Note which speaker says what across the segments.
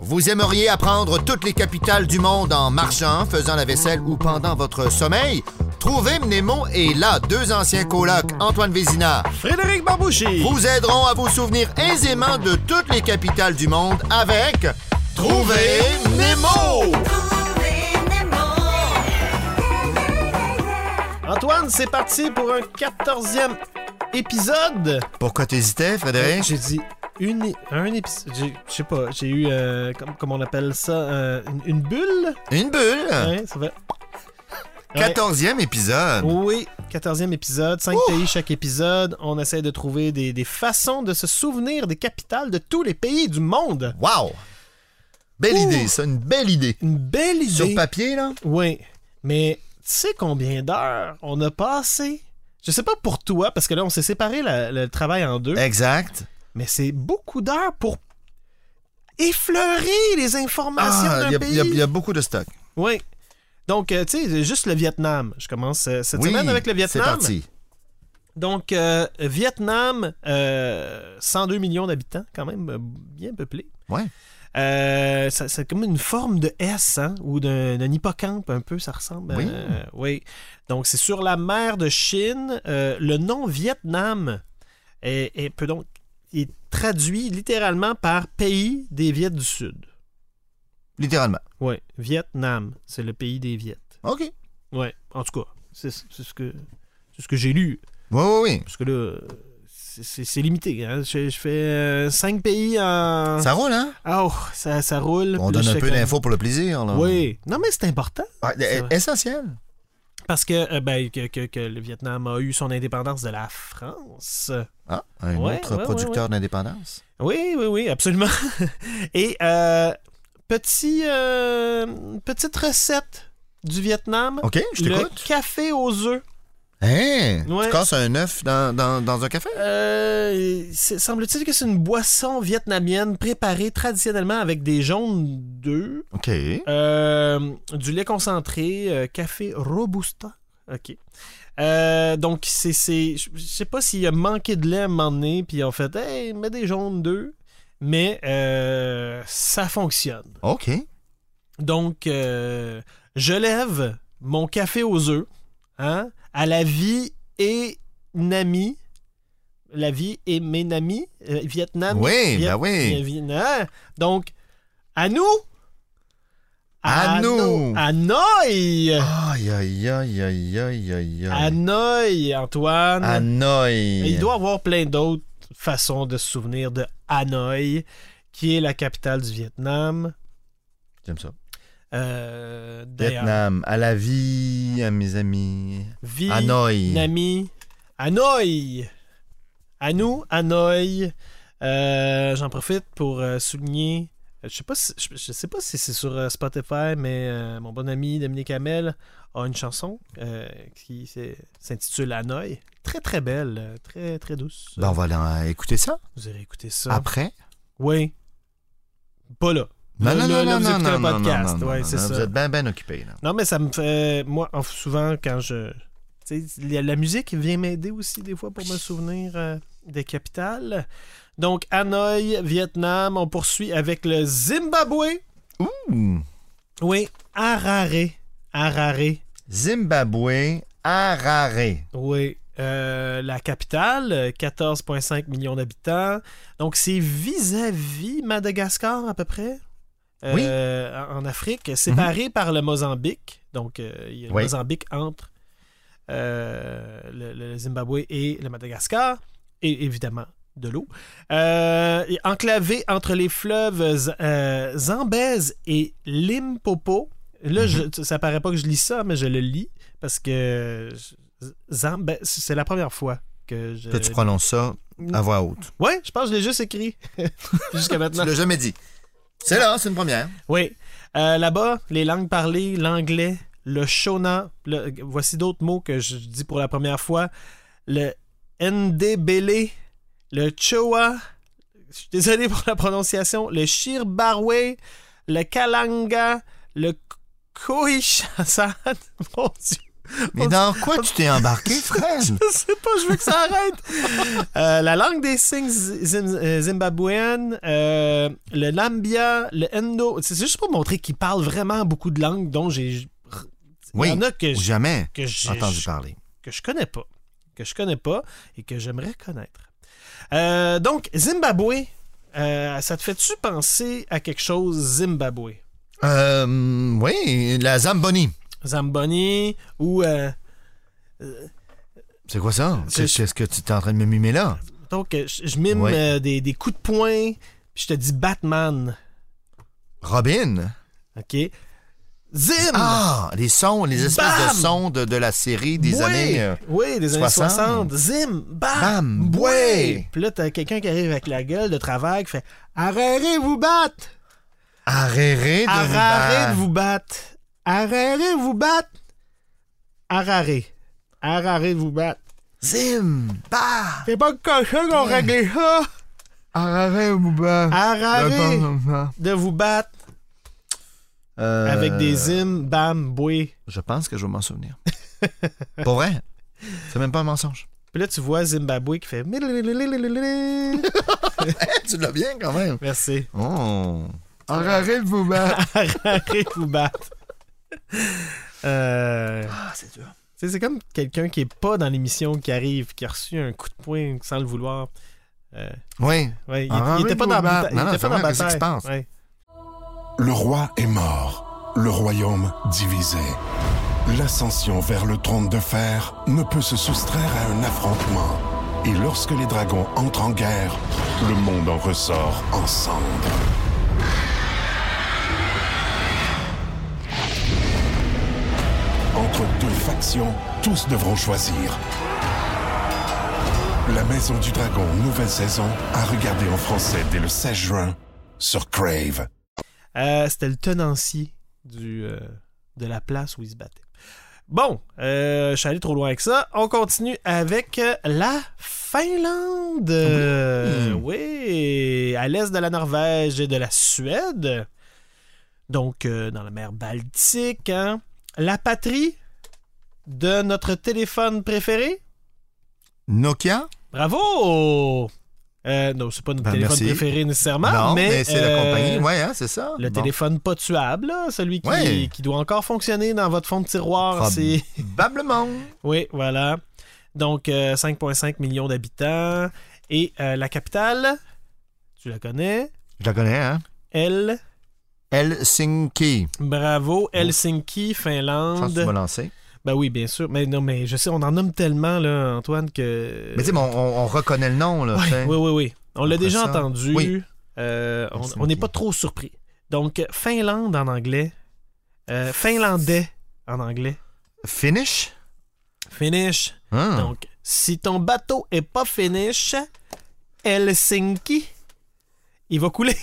Speaker 1: Vous aimeriez apprendre toutes les capitales du monde en marchant, faisant la vaisselle ou pendant votre sommeil? Trouvez Mnemo et là, deux anciens colocs, Antoine Vézina.
Speaker 2: Frédéric Barbouchi.
Speaker 1: Vous aideront à vous souvenir aisément de toutes les capitales du monde avec Trouvez Nemo!
Speaker 2: Antoine, c'est parti pour un 14e épisode. Euh,
Speaker 1: Pourquoi t'hésitais, Frédéric?
Speaker 2: J'ai dit une, un épisode. j'ai- Je sais pas, j'ai eu, euh, comme, comment on appelle ça, euh, une, une bulle.
Speaker 1: Une bulle!
Speaker 2: Euh, Ouais, ça fait. Ouais.
Speaker 1: 14e épisode!
Speaker 2: Oui, 14e épisode, 5 pays chaque épisode. On essaie de trouver des, des façons de se souvenir des capitales de tous les pays du monde.
Speaker 1: Wow! Belle
Speaker 2: Ouh.
Speaker 1: idée, ça, une belle idée.
Speaker 2: Une belle idée.
Speaker 1: Sur papier, là?
Speaker 2: Oui, mais tu sais combien d'heures on a passé? Je sais pas pour toi, parce que là, on s'est séparé la- le travail en deux,
Speaker 1: Exact.
Speaker 2: mais c'est beaucoup d'heures pour effleurer les informations
Speaker 1: Ah,
Speaker 2: d'un
Speaker 1: Il y, a-
Speaker 2: pays.
Speaker 1: il y a- il y a beaucoup de stock.
Speaker 2: Oui. Donc, euh, tu sais, juste le Vietnam. Je commence euh, cette
Speaker 1: Oui,
Speaker 2: semaine avec le Vietnam.
Speaker 1: C'est parti.
Speaker 2: Donc, euh, Vietnam, euh, 102 millions d'habitants, quand même euh, bien peuplé.
Speaker 1: Ouais.
Speaker 2: Euh, ça- c'est comme une forme de S, hein, ou d'un d'un hippocampe un peu, ça ressemble.
Speaker 1: Oui.
Speaker 2: Euh, oui. Donc, c'est sur la mer de Chine. Euh, le nom Vietnam est, est- peut donc, est traduit littéralement par pays des Viettes du Sud.
Speaker 1: Littéralement.
Speaker 2: Oui, Vietnam, c'est le pays des Viettes.
Speaker 1: OK. Oui,
Speaker 2: Oui, en tout cas, c'est c'est ce que, c'est ce que j'ai lu.
Speaker 1: oui, oui.
Speaker 2: Parce que là, euh, c'est- c'est c'est limité. hein. Je, je fais 5 pays en.
Speaker 1: Ça roule, hein?
Speaker 2: Ah, Oh, ça, ça roule.
Speaker 1: On
Speaker 2: Puis là,
Speaker 1: donne un
Speaker 2: j'étais
Speaker 1: peu
Speaker 2: comme-
Speaker 1: d'infos pour le plaisir, là.
Speaker 2: Oui. Non, mais c'est important.
Speaker 1: Ah,
Speaker 2: C'est vrai.
Speaker 1: essentiel.
Speaker 2: Parce que, euh, ben, que, que- que le Vietnam a eu son indépendance de la France.
Speaker 1: Ah, un
Speaker 2: Ouais,
Speaker 1: autre
Speaker 2: ouais,
Speaker 1: producteur d'indépendance.
Speaker 2: Oui, oui, oui, absolument. Et euh, petit, euh, petite recette du Vietnam.
Speaker 1: OK, je
Speaker 2: le
Speaker 1: t'écoute.
Speaker 2: café aux œufs.
Speaker 1: Hein?
Speaker 2: Ouais.
Speaker 1: Tu casses un œuf dans, dans- dans un café?
Speaker 2: Euh, c'est- semble-t-il que c'est une boisson vietnamienne préparée traditionnellement avec des jaunes d'œufs,
Speaker 1: OK.
Speaker 2: euh, du lait concentré, euh, café robusta. OK. Euh, donc, c'est, c'est, je je sais pas s'il a manqué de lait à un moment donné, puis ils ont fait, hey, mets des jaunes d'œufs. Mais euh, ça fonctionne.
Speaker 1: OK.
Speaker 2: Donc, euh, je lève mon café aux œufs hein, à la vie et Nami. La vie et mes Nami, euh, Vietnam.
Speaker 1: Oui,
Speaker 2: Viet-
Speaker 1: ben oui.
Speaker 2: Vietnam. Donc, à nous.
Speaker 1: À nous.
Speaker 2: Hanoï.
Speaker 1: Aïe, aïe, aïe, aïe, aïe, aïe, aïe.
Speaker 2: Hanoï, Antoine.
Speaker 1: Hanoï.
Speaker 2: Et Il doit y avoir plein d'autres façons de se souvenir de Hanoï, qui est la capitale du Vietnam.
Speaker 1: J'aime ça.
Speaker 2: Euh, d'ailleurs,
Speaker 1: Vietnam, à la vie, à mes amis.
Speaker 2: vie-
Speaker 1: Hanoï.
Speaker 2: Nami, Hanoï. À nous, Hanoï. Euh, J'en profite pour euh, souligner. euh, Je sais pas si, je, je sais pas si c'est sur euh, Spotify, mais euh, mon bon ami Dominique Hamel a une chanson euh, qui s'est- s'intitule Hanoï. Très très belle, euh, très très douce.
Speaker 1: Ben, on va aller écouter ça
Speaker 2: Vous irez écouter ça.
Speaker 1: après.
Speaker 2: Oui. Pas là.
Speaker 1: Non,
Speaker 2: Là,
Speaker 1: non,
Speaker 2: là,
Speaker 1: non,
Speaker 2: là,
Speaker 1: non,
Speaker 2: vous écoutez
Speaker 1: non,
Speaker 2: un
Speaker 1: non,
Speaker 2: podcast.
Speaker 1: non, non,
Speaker 2: Ouais,
Speaker 1: non,
Speaker 2: c'est
Speaker 1: non,
Speaker 2: ça.
Speaker 1: Vous êtes bien, bien occupé, là.
Speaker 2: Non, mais ça me fait. Moi, en- souvent, quand je. tu sais, La, la musique vient m'aider aussi, des fois, pour me souvenir euh, des capitales. Donc, Hanoï, Vietnam, on poursuit avec le Zimbabwe. Hmm.
Speaker 1: Ouh.
Speaker 2: Oui, Harare. Harare.
Speaker 1: Zimbabwe, Harare.
Speaker 2: Oui. Euh, la capitale, euh, 14,5 millions d'habitants. Donc, c'est vis-à-vis Madagascar, à peu près. Euh, en en Afrique, séparé par le Mozambique. Donc, euh, il y a le
Speaker 1: Oui.
Speaker 2: Mozambique entre euh, le, le Zimbabwe et le Madagascar. Et évidemment, de l'eau. Euh, et enclavé entre les fleuves euh, Zambèze et Limpopo. Là,
Speaker 1: Mhm.
Speaker 2: je- ça paraît pas que je lis ça, mais je le lis parce que Z- Zambèze, c'est la première fois que je.
Speaker 1: Que tu prononces ça à voix haute.
Speaker 2: Ouais, je pense que je l'ai juste écrit jusqu'à
Speaker 1: Tu
Speaker 2: maintenant.
Speaker 1: l'as jamais dit. C'est là, c'est une première.
Speaker 2: Oui. Euh, Là-bas, les langues parlées, l'anglais, le shona. le- voici d'autres mots que je dis pour la première fois. Le ndbele, le choa. Je suis désolé pour la prononciation. Le shirbarwe, le kalanga, le koishasad. Mon Dieu.
Speaker 1: Mais dans quoi tu t'es embarqué, frère?
Speaker 2: Je sais pas, je veux que ça arrête. Euh, la langue des signes zim- euh, zimbabwéenne, euh, le lambia, le endo. C'est juste pour montrer qu'ils parlent vraiment beaucoup de langues dont j'ai.
Speaker 1: Oui,
Speaker 2: Il y en a que
Speaker 1: Ou
Speaker 2: je,
Speaker 1: jamais
Speaker 2: que j'ai-
Speaker 1: entendu parler.
Speaker 2: que je connais pas. Que je connais pas et que j'aimerais connaître. Euh, donc, Zimbabwe, euh, ça te fait-tu penser à quelque chose, Zimbabwe
Speaker 1: Euh, oui, la Zamboni.
Speaker 2: Zamboni ou. euh,
Speaker 1: C'est quoi ça?
Speaker 2: C'est-
Speaker 1: Qu'est- Qu'est-ce que tu t'es en train de me mimer là?
Speaker 2: donc, je, je mime
Speaker 1: Ouais.
Speaker 2: euh, des, des coups de poing, puis je te dis Batman.
Speaker 1: Robin?
Speaker 2: OK? Zim!
Speaker 1: Ah, les sons, les espèces
Speaker 2: Bam!
Speaker 1: de sons de, de la série des
Speaker 2: Oui!
Speaker 1: années. euh,
Speaker 2: Oui, des années
Speaker 1: 60.
Speaker 2: 60. Zim! Bam!
Speaker 1: Bam!
Speaker 2: Ouais!
Speaker 1: Ouais!
Speaker 2: Puis là, t'as quelqu'un qui arrive avec la gueule de travail qui fait Arrêtez de vous battre!
Speaker 1: Arréré de
Speaker 2: Arrêtez de
Speaker 1: vous.
Speaker 2: vous battre! Arrêtez de vous battre! Arrêtez! Arrêtez de vous battre!
Speaker 1: Zim! Bah!
Speaker 2: C'est pas comme ça qu'on réglait ça!
Speaker 1: Arréré ou bah?
Speaker 2: Arrêtez de vous battre
Speaker 1: Euh,
Speaker 2: avec des zim, bam, boué.
Speaker 1: Je pense que je vais m'en souvenir. Pour vrai? C'est même pas un mensonge.
Speaker 2: Puis là, tu vois Zimbabwe qui fait.
Speaker 1: tu l'as bien quand même.
Speaker 2: Merci.
Speaker 1: Oh! Arréré de vous Ben. battre.
Speaker 2: Arrêtez de vous battre. Euh,
Speaker 1: Ah, c'est dur.
Speaker 2: tu sais, c'est comme quelqu'un qui est pas dans l'émission qui arrive, qui a reçu un coup de poing sans le vouloir. Euh,
Speaker 1: Oui.
Speaker 2: ouais, il,
Speaker 1: Ah,
Speaker 2: il était
Speaker 1: oui,
Speaker 2: pas dans la
Speaker 1: bah,
Speaker 2: bata- il
Speaker 1: non, non,
Speaker 2: était pas dans la
Speaker 1: vraiment, qu'est-ce qui se
Speaker 2: bataille.
Speaker 1: passe?
Speaker 2: Ouais.
Speaker 3: Le roi est mort, le royaume divisé. L'ascension vers le trône de fer ne peut se soustraire à un affrontement. Et lorsque les dragons entrent en guerre, le monde en ressort en cendres. Entre deux factions, tous devront choisir. La Maison du Dragon, nouvelle saison, à regarder en français dès le 16 juin sur Crave.
Speaker 2: Euh, C'était le tenancier du, euh, de la place où il se battait. Bon, euh, je suis allé trop loin avec ça. On continue avec euh, la Finlande. Euh, oui, à l'est de la Norvège et de la Suède. Donc, euh, dans la mer Baltique. hein. La patrie de notre téléphone préféré.
Speaker 1: Nokia?
Speaker 2: Bravo! Euh, non, c'est pas notre
Speaker 1: Ben,
Speaker 2: téléphone
Speaker 1: merci.
Speaker 2: préféré nécessairement.
Speaker 1: non, mais, c'est
Speaker 2: euh,
Speaker 1: la compagnie. Ouais, hein, c'est ça.
Speaker 2: le
Speaker 1: Bon.
Speaker 2: téléphone pas tuable, là, celui qui,
Speaker 1: Ouais.
Speaker 2: qui doit encore fonctionner dans votre fond de tiroir.
Speaker 1: Prob-
Speaker 2: c'est-
Speaker 1: Probablement.
Speaker 2: Oui, voilà. Donc, euh, 5,5 millions d'habitants. Et euh, la capitale, tu la connais,
Speaker 1: Je la connais, hein?
Speaker 2: elle,
Speaker 1: Helsinki. Oh.
Speaker 2: bravo,
Speaker 1: Je
Speaker 2: Helsinki,
Speaker 1: pense que tu
Speaker 2: Finlande.
Speaker 1: m'as lancé.
Speaker 2: Ben oui, bien sûr. Mais non, mais je sais, on en nomme tellement, là, Antoine, que...
Speaker 1: Mais tu sais, mais on, on- on reconnaît le nom, là. tu
Speaker 2: Ouais,
Speaker 1: sais.
Speaker 2: oui, oui, oui. On l'a
Speaker 1: Après
Speaker 2: déjà
Speaker 1: ça,
Speaker 2: entendu.
Speaker 1: oui.
Speaker 2: Euh, on-
Speaker 1: Helsinki.
Speaker 2: on n'est pas trop surpris. Donc, Finlande en anglais. Euh, finlandais en anglais.
Speaker 1: Finish?
Speaker 2: Finish.
Speaker 1: Hein?
Speaker 2: Donc, si ton bateau est pas finish, Helsinki, il va couler.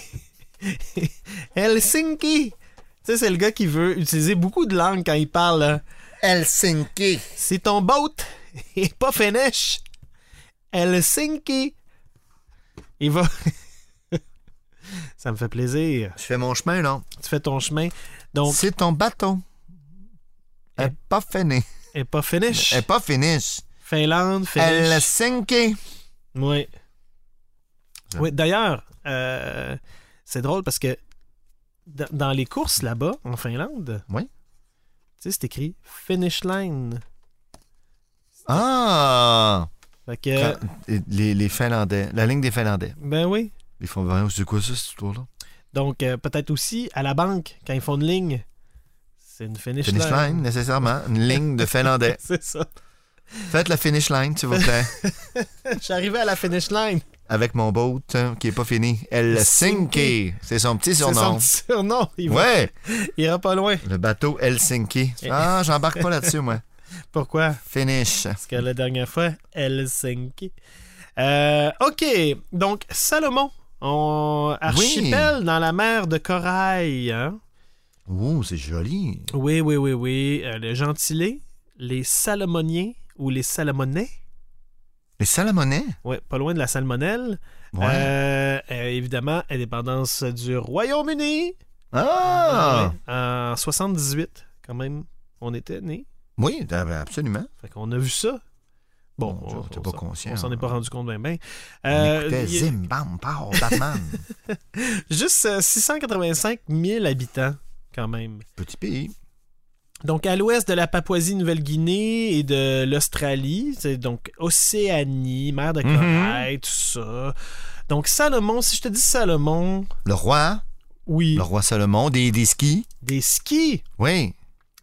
Speaker 2: Helsinki. Tu sais, c'est le gars qui veut utiliser beaucoup de langues quand il parle. hein.
Speaker 1: Helsinki.
Speaker 2: Si ton boat est pas finish, Helsinki, il va... Ça me fait plaisir.
Speaker 1: Je fais mon chemin, là.
Speaker 2: Tu fais ton chemin. Donc,
Speaker 1: C'est ton bateau.
Speaker 2: Eh.
Speaker 1: Est pas fini.
Speaker 2: est pas finish.
Speaker 1: Est pas finish.
Speaker 2: Finlande, finish.
Speaker 1: Helsinki.
Speaker 2: Oui.
Speaker 1: Ouais.
Speaker 2: Oui, d'ailleurs, euh, c'est drôle parce que dans- dans les courses là-bas, en Finlande,
Speaker 1: Oui.
Speaker 2: tu sais, c'est écrit finish line.
Speaker 1: Ah!
Speaker 2: Fait que,
Speaker 1: Quand- les, les Finlandais. La ligne des Finlandais.
Speaker 2: ben oui.
Speaker 1: Ils font vraiment. C'est quoi ça, cette histoire-là?
Speaker 2: Donc, euh, peut-être aussi à la banque, quand ils font une ligne, c'est une finish,
Speaker 1: Finish line, nécessairement. Une ligne de Finlandais.
Speaker 2: C'est ça.
Speaker 1: Faites la finish line, s'il vous plaît.
Speaker 2: Je suis arrivé à la finish line.
Speaker 1: avec mon boat hein, qui est pas fini. Helsinki. C'est son petit
Speaker 2: C'est son
Speaker 1: surnom.
Speaker 2: petit surnom. Il, va-
Speaker 1: Ouais,
Speaker 2: il ira pas loin.
Speaker 1: le bateau Helsinki. Ah, j'embarque pas là-dessus, moi.
Speaker 2: Pourquoi?
Speaker 1: Finish.
Speaker 2: Parce que la dernière fois, Helsinki. Euh, OK. Donc, Salomon. On... Archipel dans la mer de corail. hein?
Speaker 1: Ouh, c'est joli.
Speaker 2: Oui, oui, oui, oui. Euh, le gentilé, les salomoniens ou les salmonais.
Speaker 1: Les Salamonais?
Speaker 2: Ouais, pas loin de la salmonelle.
Speaker 1: Ouais.
Speaker 2: Euh, euh, évidemment, indépendance du Royaume-Uni.
Speaker 1: Ah!
Speaker 2: Ouais, en 78, quand même, on était nés.
Speaker 1: Oui, ah, ben, absolument.
Speaker 2: Fait qu'on a vu ça. Bon,
Speaker 1: Mon Dieu,
Speaker 2: on-
Speaker 1: t'es
Speaker 2: on
Speaker 1: pas
Speaker 2: s'en-
Speaker 1: conscient.
Speaker 2: On s'en est pas rendu compte ben ben.
Speaker 1: On
Speaker 2: Euh,
Speaker 1: écoutait
Speaker 2: y a
Speaker 1: Zim, Bam, Pow, Batman.
Speaker 2: juste euh, 685 000 habitants, quand même.
Speaker 1: Petit pays.
Speaker 2: Donc, à l'ouest de la Papouasie-Nouvelle-Guinée et de l'Australie, c'est donc Océanie, mer de Corail, tout ça. Donc, Salomon, si je te dis Salomon,
Speaker 1: Le roi,
Speaker 2: oui,
Speaker 1: le roi Salomon, des, des skis.
Speaker 2: des skis,
Speaker 1: Oui.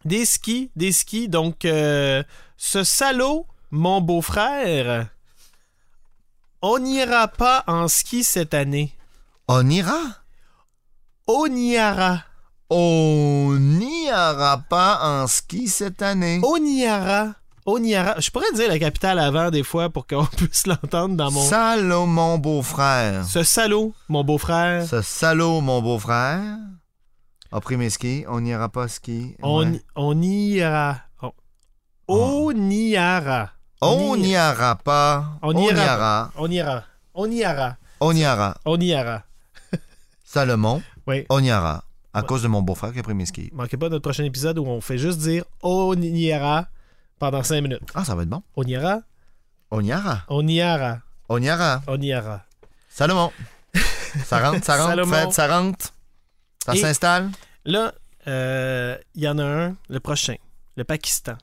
Speaker 2: des skis, des skis. Donc, euh, ce salaud, mon beau-frère, on n'ira pas en ski cette année.
Speaker 1: On ira.
Speaker 2: On ira,
Speaker 1: On n'ira pas en ski cette année.
Speaker 2: on ira, on ira. Je pourrais dire la capitale avant des fois pour qu'on puisse l'entendre dans mon...
Speaker 1: Salomon, beau-frère.
Speaker 2: Ce salaud, mon beau-frère.
Speaker 1: Ce salaud, mon beau-frère, a pris mes skis. On n'ira pas ski.
Speaker 2: On,
Speaker 1: Ouais.
Speaker 2: on ira. On,
Speaker 1: Oh.
Speaker 2: on ira.
Speaker 1: On
Speaker 2: y-
Speaker 1: n'ira pas.
Speaker 2: On
Speaker 1: On
Speaker 2: n'ira
Speaker 1: n'ira.
Speaker 2: On ira. On ira.
Speaker 1: On n'ira.
Speaker 2: On ira.
Speaker 1: Salomon,
Speaker 2: Oui.
Speaker 1: on n'ira. À cause de mon beau-frère qui a pris mes skis.
Speaker 2: Manquez pas notre prochain épisode où on fait juste dire on ira pendant 5 minutes.
Speaker 1: Ah, ça va être bon.
Speaker 2: On ira.
Speaker 1: On n'ira.
Speaker 2: On ira.
Speaker 1: On n'ira.
Speaker 2: On ira.
Speaker 1: Salomon. Ça rentre, ça rentre,
Speaker 2: Salomon.
Speaker 1: Fred, ça rentre. Ça
Speaker 2: Et-
Speaker 1: s'installe.
Speaker 2: Là, euh, il y en a un, le prochain, le Pakistan.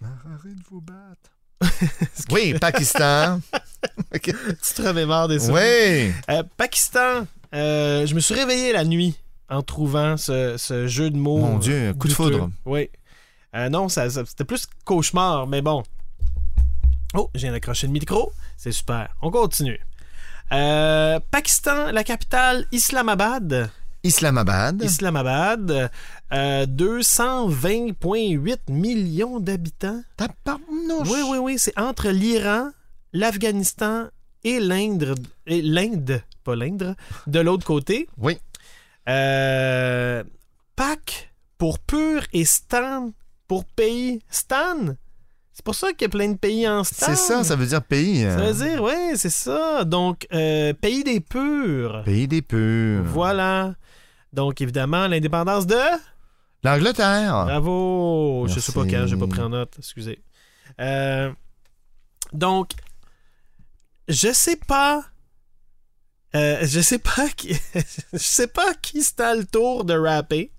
Speaker 1: Arrêtez de vous battre. oui, Pakistan.
Speaker 2: tu te remémores des souvenirs.
Speaker 1: oui.
Speaker 2: Euh, Pakistan, euh, je me suis réveillé la nuit en trouvant ce, ce jeu de mots. euh,
Speaker 1: Mon Dieu, coup de foudre.
Speaker 2: Oui. Euh, non, ça, ça- c'était plus cauchemar, mais bon. Oh, j'ai accroché le micro. C'est super. On continue. Euh, Pakistan, la capitale, Islamabad.
Speaker 1: Islamabad.
Speaker 2: Islamabad, euh, 220,8 millions d'habitants.
Speaker 1: Ta parnouche.
Speaker 2: Oui, oui, oui, c'est entre l'Iran, l'Afghanistan et l'Inde, et l'Inde, pas l'Inde, de l'autre côté.
Speaker 1: Oui.
Speaker 2: Euh, Pâques pour pur et Stan pour pays Stan. C'est pour ça qu'il y a plein de pays en Stan.
Speaker 1: C'est ça, ça veut dire pays.
Speaker 2: Ça
Speaker 1: euh,
Speaker 2: veut dire, ouais, c'est ça. Donc, euh, pays des purs.
Speaker 1: Pays des purs.
Speaker 2: Voilà. Donc, évidemment, l'indépendance de... Ah.
Speaker 1: L'Angleterre.
Speaker 2: Bravo! Je sais pas
Speaker 1: Ah. Merci.
Speaker 2: quand, j'ai pas pris en note, excusez. Euh, donc, je sais pas. euh, je sais pas qui. je sais pas qui a le tour de rapper.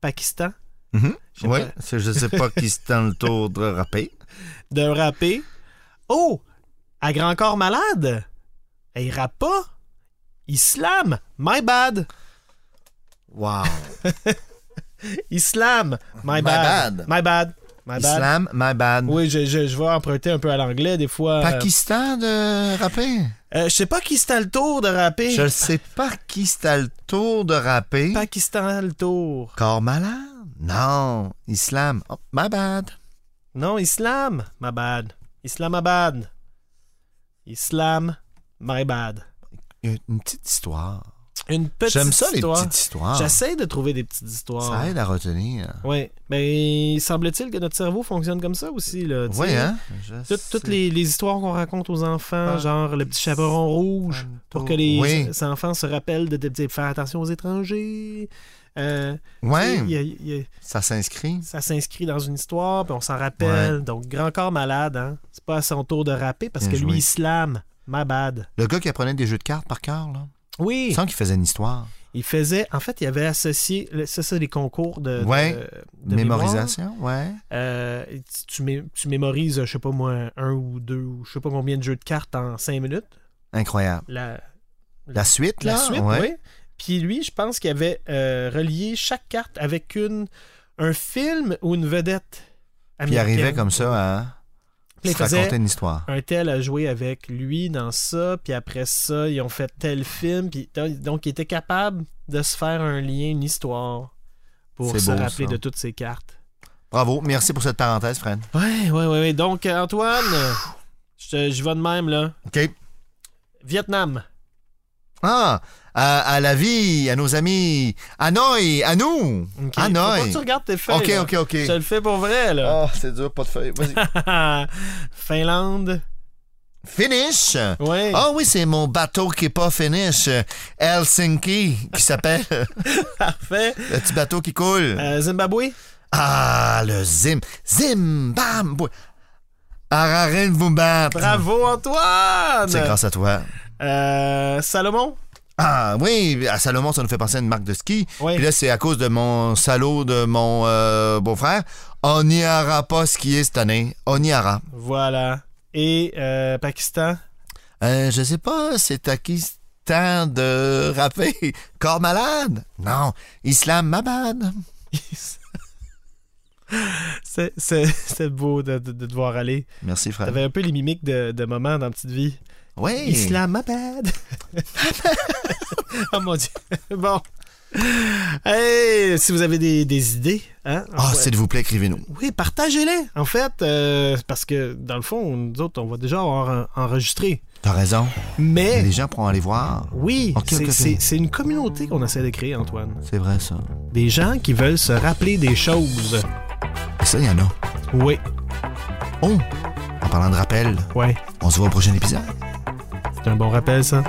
Speaker 2: Pakistan.
Speaker 1: Mhm.
Speaker 2: Je sais
Speaker 1: Oui,
Speaker 2: pas.
Speaker 1: c'est- je sais pas qui se tend le tour de rapper.
Speaker 2: De rapper. Oh! À grand corps malade! Et il rappe pas! Islam! My bad!
Speaker 1: Wow.
Speaker 2: Islam! My,
Speaker 1: My
Speaker 2: bad.
Speaker 1: bad.
Speaker 2: My bad! My bad!
Speaker 1: Islam, my bad.
Speaker 2: Oui, je, je, je vais emprunter un peu à l'anglais des fois. euh,
Speaker 1: Pakistan de rapper.
Speaker 2: Euh, je sais pas qui c'est le tour de rapper.
Speaker 1: Je sais pas qui se tend le tour de rapper.
Speaker 2: Pakistan le tour.
Speaker 1: Corps malade? Non. Islam. Oh, my bad.
Speaker 2: Non, Islam, my bad. Islamabad. Islam, my bad.
Speaker 1: Il y a Une petite histoire.
Speaker 2: Une petite
Speaker 1: J'aime ça,
Speaker 2: histoire.
Speaker 1: les petites histoires.
Speaker 2: J'essaie de trouver des petites histoires.
Speaker 1: Ça aide à retenir.
Speaker 2: Oui. Mais semble-t-il que notre cerveau fonctionne comme ça aussi. Là, tu
Speaker 1: Oui,
Speaker 2: sais.
Speaker 1: hein?
Speaker 2: Tout- toutes les, les histoires qu'on raconte aux enfants, genre le petit chaperon rouge, pour que les
Speaker 1: Oui.
Speaker 2: s- enfants se rappellent de, de- de faire attention aux étrangers. Euh,
Speaker 1: Ouais.
Speaker 2: tu sais, il y a- il y a-
Speaker 1: Ça s'inscrit.
Speaker 2: ça s'inscrit dans une histoire, puis on s'en rappelle. Donc, grand corps malade, hein. C'est pas à son tour de rapper parce
Speaker 1: Bien
Speaker 2: que lui,
Speaker 1: joué.
Speaker 2: il slame. My bad.
Speaker 1: Le gars qui apprenait des jeux de cartes par cœur, là.
Speaker 2: Oui,
Speaker 1: Il semble qu'il faisait une histoire.
Speaker 2: il faisait. En fait, il avait associé. le- Ça, c'est les concours de, de-
Speaker 1: Ouais.
Speaker 2: de mémoire.
Speaker 1: Mémorisation, ouais.
Speaker 2: Euh, tu- tu, mé- tu mémorises, je sais pas moi, un ou deux ou je sais pas combien de jeux de cartes en cinq minutes.
Speaker 1: Incroyable.
Speaker 2: La,
Speaker 1: La suite, là?
Speaker 2: la suite,
Speaker 1: ouais.
Speaker 2: oui. Puis lui, je pense qu'il avait euh, relié chaque carte avec une, un film ou une vedette.
Speaker 1: Puis il
Speaker 2: américaine.
Speaker 1: arrivait comme ça à
Speaker 2: Puis il
Speaker 1: se
Speaker 2: faisait-
Speaker 1: raconter une histoire.
Speaker 2: un tel a joué avec lui dans ça, puis après ça, ils ont fait tel film, puis donc- donc il était capable de se faire un lien, une histoire pour
Speaker 1: C'est
Speaker 2: se
Speaker 1: beau,
Speaker 2: rappeler
Speaker 1: ça.
Speaker 2: de toutes ces cartes.
Speaker 1: Bravo. Merci pour cette parenthèse, Fred.
Speaker 2: Ouais, ouais, ouais, ouais. Donc, euh, Antoine, euh, je te- j'y vais de même, là.
Speaker 1: OK.
Speaker 2: Vietnam.
Speaker 1: Ah, à, à la vie, à nos amis, à Noy, à nous.
Speaker 2: Ok.
Speaker 1: À
Speaker 2: Faut pas que
Speaker 1: Noy.
Speaker 2: tu regardes tes feuilles.
Speaker 1: Ah, OK,
Speaker 2: là.
Speaker 1: OK, OK.
Speaker 2: Je te le fais pour vrai, là.
Speaker 1: Ah, c'est dur, pas de feuille. Vas-y. Ah.
Speaker 2: Finlande.
Speaker 1: Finish.
Speaker 2: Ouais.
Speaker 1: Ah oui, c'est mon bateau qui est pas finish. euh, Helsinki, qui s'appelle.
Speaker 2: Parfait.
Speaker 1: le petit bateau qui coule.
Speaker 2: Euh, Zimbabwe.
Speaker 1: Ah, le Zim. Zim, bam, boy. Ararin vous battre.
Speaker 2: Bravo, Antoine.
Speaker 1: C'est grâce à toi.
Speaker 2: Euh, Salomon.
Speaker 1: Ah oui, à Salomon, ça nous fait penser à une marque de ski.
Speaker 2: Ouais.
Speaker 1: Puis là, c'est à cause de mon salaud de mon euh, beau-frère. On n'y aura pas skier cette année. On n'y aura.
Speaker 2: Voilà. Et euh, Pakistan.
Speaker 1: Euh, je sais pas, c'est à qui ce temps de rapper? Corps malade? Non. Islamabad.
Speaker 2: C'est- C'est c'est beau de, de- de te voir aller.
Speaker 1: Merci, frère.
Speaker 2: T'avais un peu les mimiques de, de maman dans Petite Vie.
Speaker 1: Oui.
Speaker 2: Islamabad. oh mon dieu. Bon. Hey, si vous avez des, des idées, hein,
Speaker 1: Ah,
Speaker 2: envoie-
Speaker 1: s'il vous plaît, écrivez-nous.
Speaker 2: oui, partagez-les. En fait, euh, parce que dans le fond, nous autres, on va déjà avoir en- enregistré.
Speaker 1: T'as raison.
Speaker 2: Mais
Speaker 1: Les gens pourront aller voir.
Speaker 2: oui,
Speaker 1: Ok,
Speaker 2: c'est-
Speaker 1: ok, ok.
Speaker 2: c'est c'est une communauté qu'on essaie de créer, Antoine.
Speaker 1: C'est vrai, ça.
Speaker 2: Des gens qui veulent se rappeler des choses.
Speaker 1: Et ça, il y en a.
Speaker 2: Oui,
Speaker 1: Oh! En parlant de rappel,
Speaker 2: ouais.
Speaker 1: on se voit au prochain épisode.
Speaker 2: C'est un bon rappel, ça.